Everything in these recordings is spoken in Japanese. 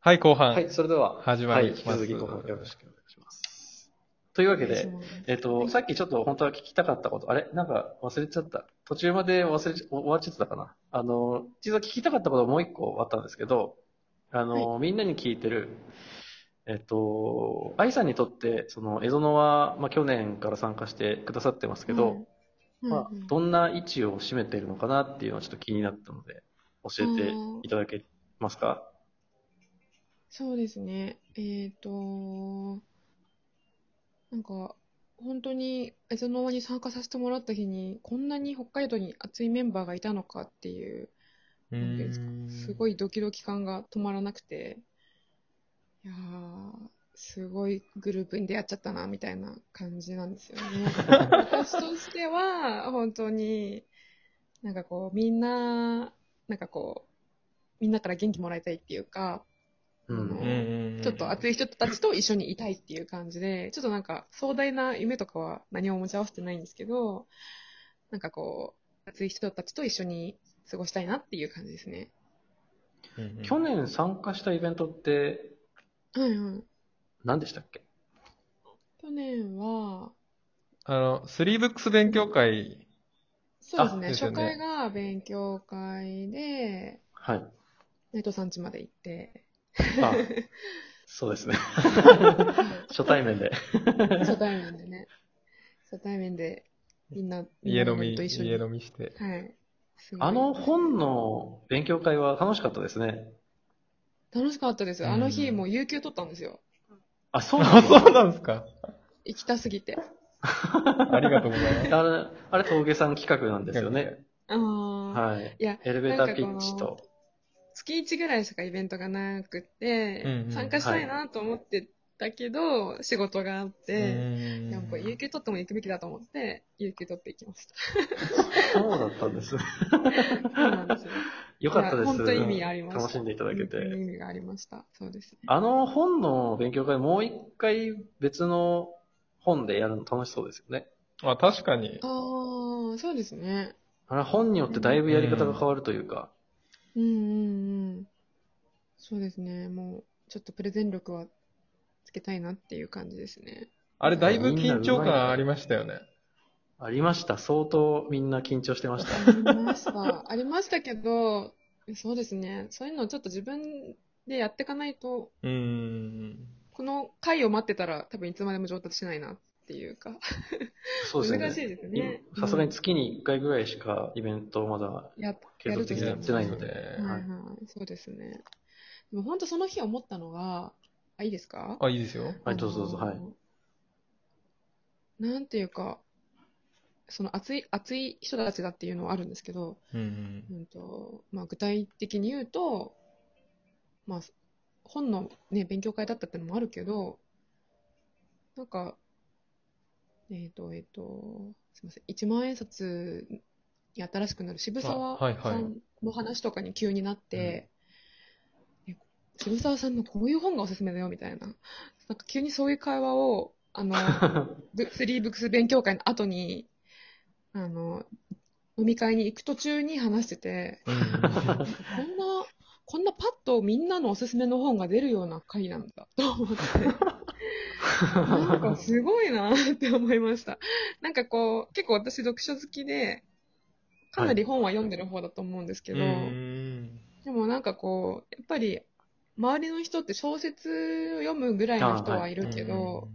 はい、後半。はい、それでは、始まりはい、引き続きます後半よろしくお願いします。というわけで、えっと、さっきちょっと本当は聞きたかったこと、あれなんか忘れちゃった。途中まで忘れち、終わっちゃってたかな。あの、実は聞きたかったこともう一個あったんですけど、あの、みんなに聞いてる、えっと、愛さんにとって、その、エゾノは、まあ、去年から参加してくださってますけど、うん、まあ、どんな位置を占めているのかなっていうのはちょっと気になったので、教えていただけますか、そうですね。えっ、と、なんか、本当に、エゾノワに参加させてもらった日に、こんなに北海道に熱いメンバーがいたのかっていう、うなんていうんですかんすごいドキドキ感が止まらなくて、いやー、すごいグループに出会っちゃったな、みたいな感じなんですよね。私としては、本当に、なんかこう、みんな、なんかこう、みんなから元気もらいたいっていうか、うんうんうんうんうんちょっと熱い人たちと一緒にいたいっていう感じで、ちょっとなんか壮大な夢とかは何も持ち合わせてないんですけど、なんかこう、熱い人たちと一緒に過ごしたいなっていう感じですね。うんうん去年参加したイベントってはいはい。何でしたっけ去年は、あの、スリーブックス勉強会。そうですね、あですよ初ね回が勉強会で、はい。内藤さん家まで行って、 あ、そうですね。初対面で。初対面 でね、初対面でみんな、家飲みんみ、なと一緒に。家飲みして。 はい。すごいあの本の勉強会は楽しかったですね。楽しかったですよ。あの日もう有給取ったんですよ。あ、そうなあ、のそうなんですか。行きたすぎて。ありがとうご ざいます。あれ、あれ峠さん企画なんですよね。あー。はい。いや、エレベーターピッチと。月1ぐらいしかイベントがなくて、うんうん参加したいなと思ってたけど、仕事があって、うんいやもう有給取っても行くべきだと思って、有給取っていき ました。そうだったんですね。そうなんですよ。よかったです。いや本当意味ありました。楽しんでいただけ本当にて。意味がありました。そうですね。あの本の勉強会、もう一回別の本でやるの楽しそうですよね。あ、確かにあ。あ、そうですね。あれ本によってだいぶやり方が変わるというか。うんうんうん。そうですね。もう、ちょっとプレゼン力はつけたいなっていう感じですね。あれ、だいぶ緊張感ありましたよね。ありました。相当みんな緊張してました。ありました。ありましたけど、そうですね。そういうのをちょっと自分でやっていかないと、うんうんこの回を待ってたら多分いつまでも上達しないなっていうか、 そうですよね。難しいですね。今さすがに月に1回ぐらいしかイベントをまだ、うん、や継続的にやってないのでやるとねはいはい。そうですね。でも本当その日思ったのが、あ、いいですかあ、いいですよ。はい、どうぞどうぞ、あのはい。なんていうか、その熱い、熱い人たちだっていうのはあるんですけど、うんうんとまあ、具体的に言うと、まあ、本の、ね、勉強会だったってのもあるけど、なんか、えっ、と、えっ、と、すみません、一万円札に新しくなる渋沢あはいはいさんの話とかに急になって、え渋沢さんのこういう本がおすすめだよみたいな、なんか急にそういう会話を、あの、 ブスリーブックス勉強会の後に、あの、飲み会に行く途中に話してて、うん。うん こんな、こんなパッとみんなのおすすめの本が出るような回なんだと思って、なんかすごいなって思いました。なんかこう、結構私読書好きで、かなり本は読んでる方だと思うんですけど、うんでもなんかこう、やっぱり周りの人って小説を読むぐらいの人はいるけど、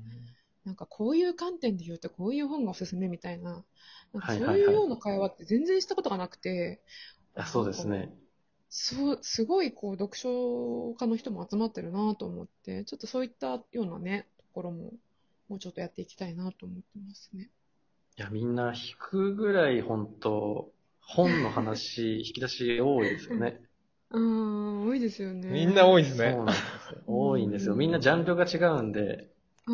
なんかこういう観点で言うとこういう本がおすすめみたいな、なんかはいそうはいはいいうような会話って全然したことがなくて、あそうですね。そう、すごいこう読書家の人も集まってるなと思って、ちょっとそういったようなね、ところも、もうちょっとやっていきたいなと思ってますね。いや、みんな引くぐらい本当、本の話、引き出し多いですよ ね。あー、多いですよね。みんな多いですそうねな。んですよ。多いんですよ。うんみんなジャンルが違うんで、あ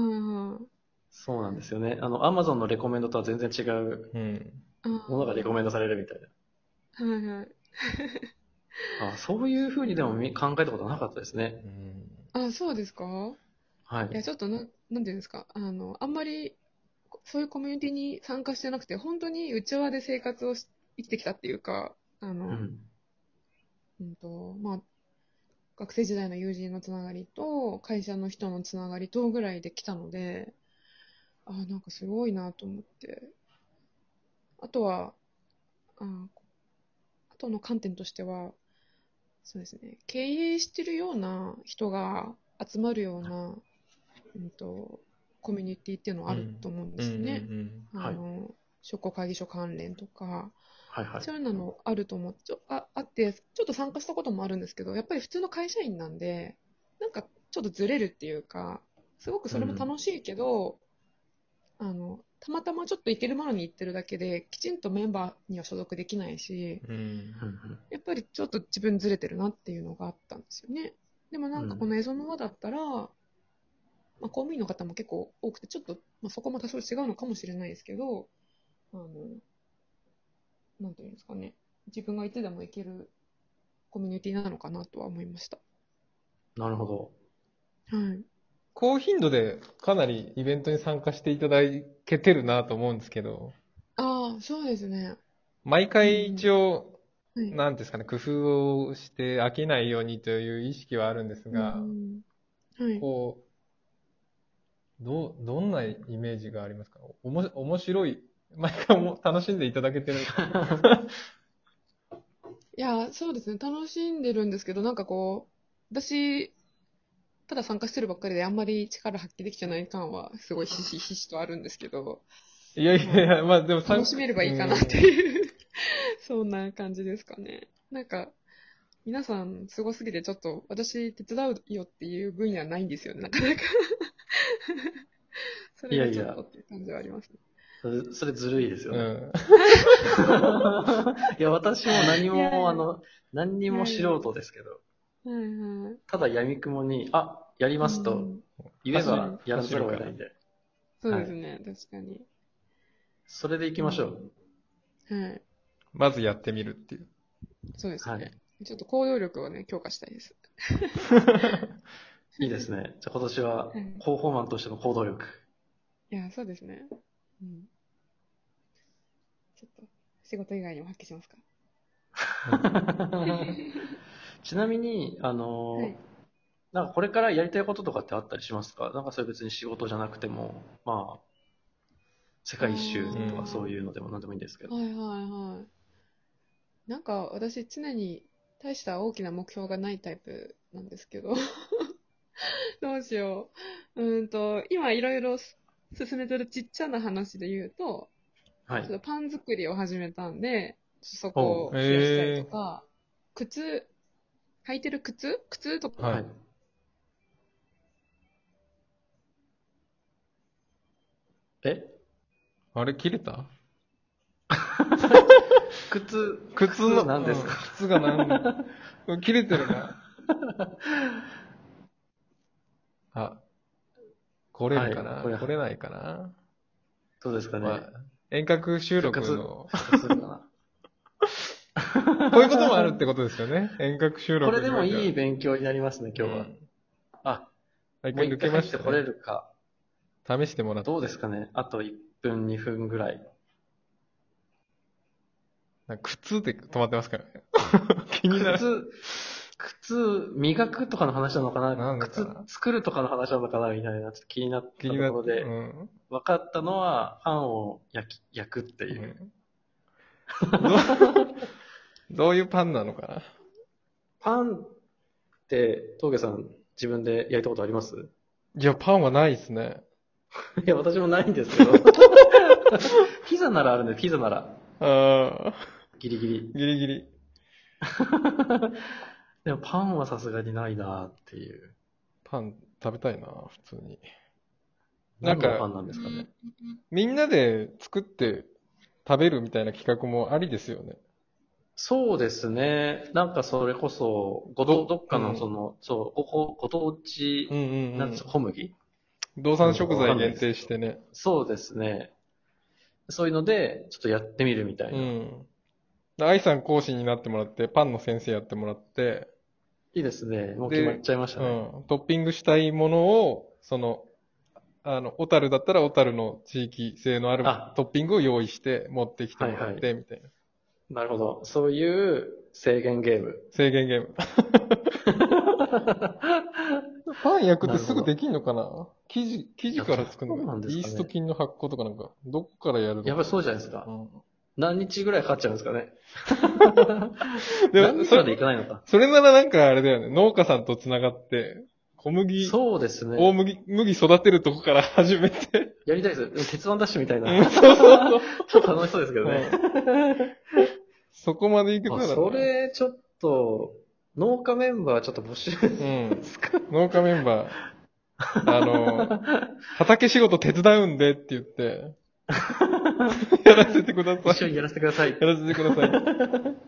ーそうなんですよね。あの、アマゾンのレコメンドとは全然違ううん。あー。ものがレコメンドされるみたいはいはい。な。あそういうふうにでもみ考えたことなかったですね。うんあ、そうですかはいや、い。ちょっとな、なんていうんですか、あの、あんまり、こそういうコミュニティに参加してなくて、本当に内輪で生活をし生きてきたっていうか、あうの、うんん。と、まあ、学生時代の友人のつながりと、会社の人のつながりとぐらいで来たので、あーなんかすごいなと思って。あとは、あーあとの観点としては、そうですね、経営してるような人が集まるような、うん、とコミュニティっていうのはあると思うんですよね。うんはいあの、商工会議所関連とか、はいはい。そういうのもあると思って、ちょああって、ちょっと参加したこともあるんですけど、やっぱり普通の会社員なんで、なんかちょっとずれるっていうか、すごくそれも楽しいけど、あの、たまたまちょっと行けるものに行ってるだけで、きちんとメンバーには所属できないし、うんうんうんうんやっぱりちょっと自分ずれてるなっていうのがあったんですよね。でもなんかこのエゾの輪だったら、まあ、公務員の方も結構多くて、ちょっと、まあ、そこも多少違うのかもしれないですけど、あの、なんていうんですかね、自分がいつでも行けるコミュニティなのかなとは思いました。なるほ ど。はい。高頻度でかなりイベントに参加していただけてるなと思うんですけど、ああ、そうですね。毎回一応、はい。なんていうんですかね、工夫をして飽きないようにという意識はあるんですがう、んはい。こう、どう、どんなイメージがありますかおも、面白い。毎回も楽しんでいただけ てる。いや、そうですね。楽しんでるんですけど、なんかこう、私、ただ参加してるばっかりで、あんまり力発揮できてない感は、すごいひしひしとあるんですけど、いやいやいや、まあでも楽しめればいいかなってういう、 そんな感じですかね。なんか、皆さん、すごすぎて、ちょっと、私、手伝うよっていう分野ないんですよね、なかな か。それがちょっとっていう感じはありますね。それそれず るいですよん。ね。うん。いや、私も何いやいやも、あの、何にも素人ですけど、はいはい。ただ闇雲に、あ、やりますうとん言えうばんやらざるを得ないんで、そうですね、確かに。それで行きましょう。はい。まずやってみるっていう。そうですはねい。。ちょっと行動力をね、強化したいです。いいですね。じゃあ今年はうん、広報マンとしての行 動力。いや、そうですね。うん。ちょっと、仕事以外にも発揮しますか。ちなみに、あのー、はいなんかこれからやりたいこととかってあったりしますかなんかそれ別に仕事じゃなくても、まあ、世界一周とうかんそういうのでも何でもいいんですけど。はいはいはい。なんか、私、常に大した大きな目標がないタイプなんですけど。 どうしよう。うーんと、今、いろいろす進めてるちっちゃな話で言うと、はちょいっ。とパン作りを始めたんで、そこをお増やしたりとか、靴、履いてる靴靴とか、はいはい。えあれ、切れた靴、靴のの、何ですかうん靴が何うん切れてるな。 あ、来れるかな、はいこれ来れないかな、どうですかねまあ、遠隔収録の、靴かなこういうこともあるってことですよね。 遠隔収こ録れでもいいい勉強になりますね、今日は。あ、一も回う一抜け回ま入っしてた、これね。るか。試してもらって。どうですかねあと1分、2分ぐらい。なんか靴で止まってますから ね。気になる。 靴、靴、磨くとかの話なのかななんだか靴な作るとかの話なのかなみたいな、ちょっと気になったと気こになろっでて。う、ん。分かったのは、パンを焼き、焼くっていう。うんどう どういうパンなのかなパンって、峠さん、自分で焼いたことあります いや、パンはないですね。いや、私もないんですけど。 ピザならあるんで、ピザなら。あギリギリ。 ーギリギリ。でもパンはさすがにないなっていう。パン食べたいな、普通に。なん何かのパンなんですかね。みんなで作って食べるみたいな企画もありですよね。そうですね。なんかそれこそ、ごと、どっかのその、そう、ごこ、ご当地うんうんうなんんつ。小麦動産食材限定してね。そうですね。そういうので、ちょっとやってみるみたいうな。いん。で愛さん講師になってもらって、パンの先生やってもらって、いですね。もうで決まっちゃいましたうね。ん。トッピングしたいものを、その、あの、小樽だったら小樽の地域性のあるあトッピングを用意して持ってきてもらって、みたいな。なるほど。そういう制限ゲーム。制限ゲーム。パン焼くってすぐできんのかな生地、生地から作るいやどうなのんかですかイねースト菌の発酵とかなんか、どっからやるの やっぱりそうじゃないですか。う何日ぐらいかかっちゃうんですかね。ん で何も、日まそでいれ、かないのか。それならなんかあれだよね、農家さんと繋がって、小麦、そうです大ね。麦、麦育てるとこから 始めて。やりたいです。鉄腕ダッシュみたいな。そうそうそう。 ちょっと楽しそうですけどね。そこまでいけたらあね、それ、ちょっと、農家メンバーちょっと 募集うでん。すか農家メンバー、あの、畑仕事手伝うんでって言って、やらせてください。一緒にやらせてください。やらせてください。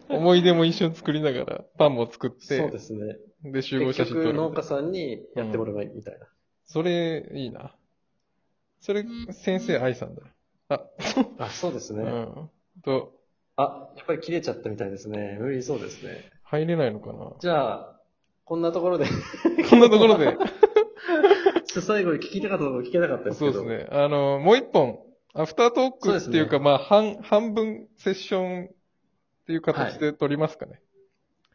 思い出も一緒に作りながら、パンも作っそうて、ですね。で集合結写真局、撮農る。家さんにやってもらえばいいみたいな。それ、いいな。それう、ん先生愛さんだ。あ、そうですうね。ん。と、あ、やっぱり切れちゃったみたいですね。無理そうですね。入れないのかなじゃあ、こんなところで、 こんなところで、最後に聞きたかったところ聞けなかったですけそうど。ですね。あの、もう一本、アフタートーそうクでっすてねいうか、まあ、半、半分セッションっていう形で撮りますかね。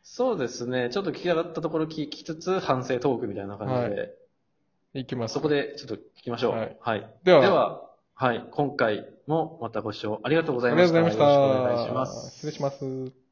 そうですね。ちょっと聞きたかったところ聞きつつ、反省トークみたいな感じで、い、きます。そこでちょっと聞きましょう。ははいい。ででは、は、今回もまたご視聴ありがとうござありいまがとうしごた。ざいました。よろしくお願いします。失礼します。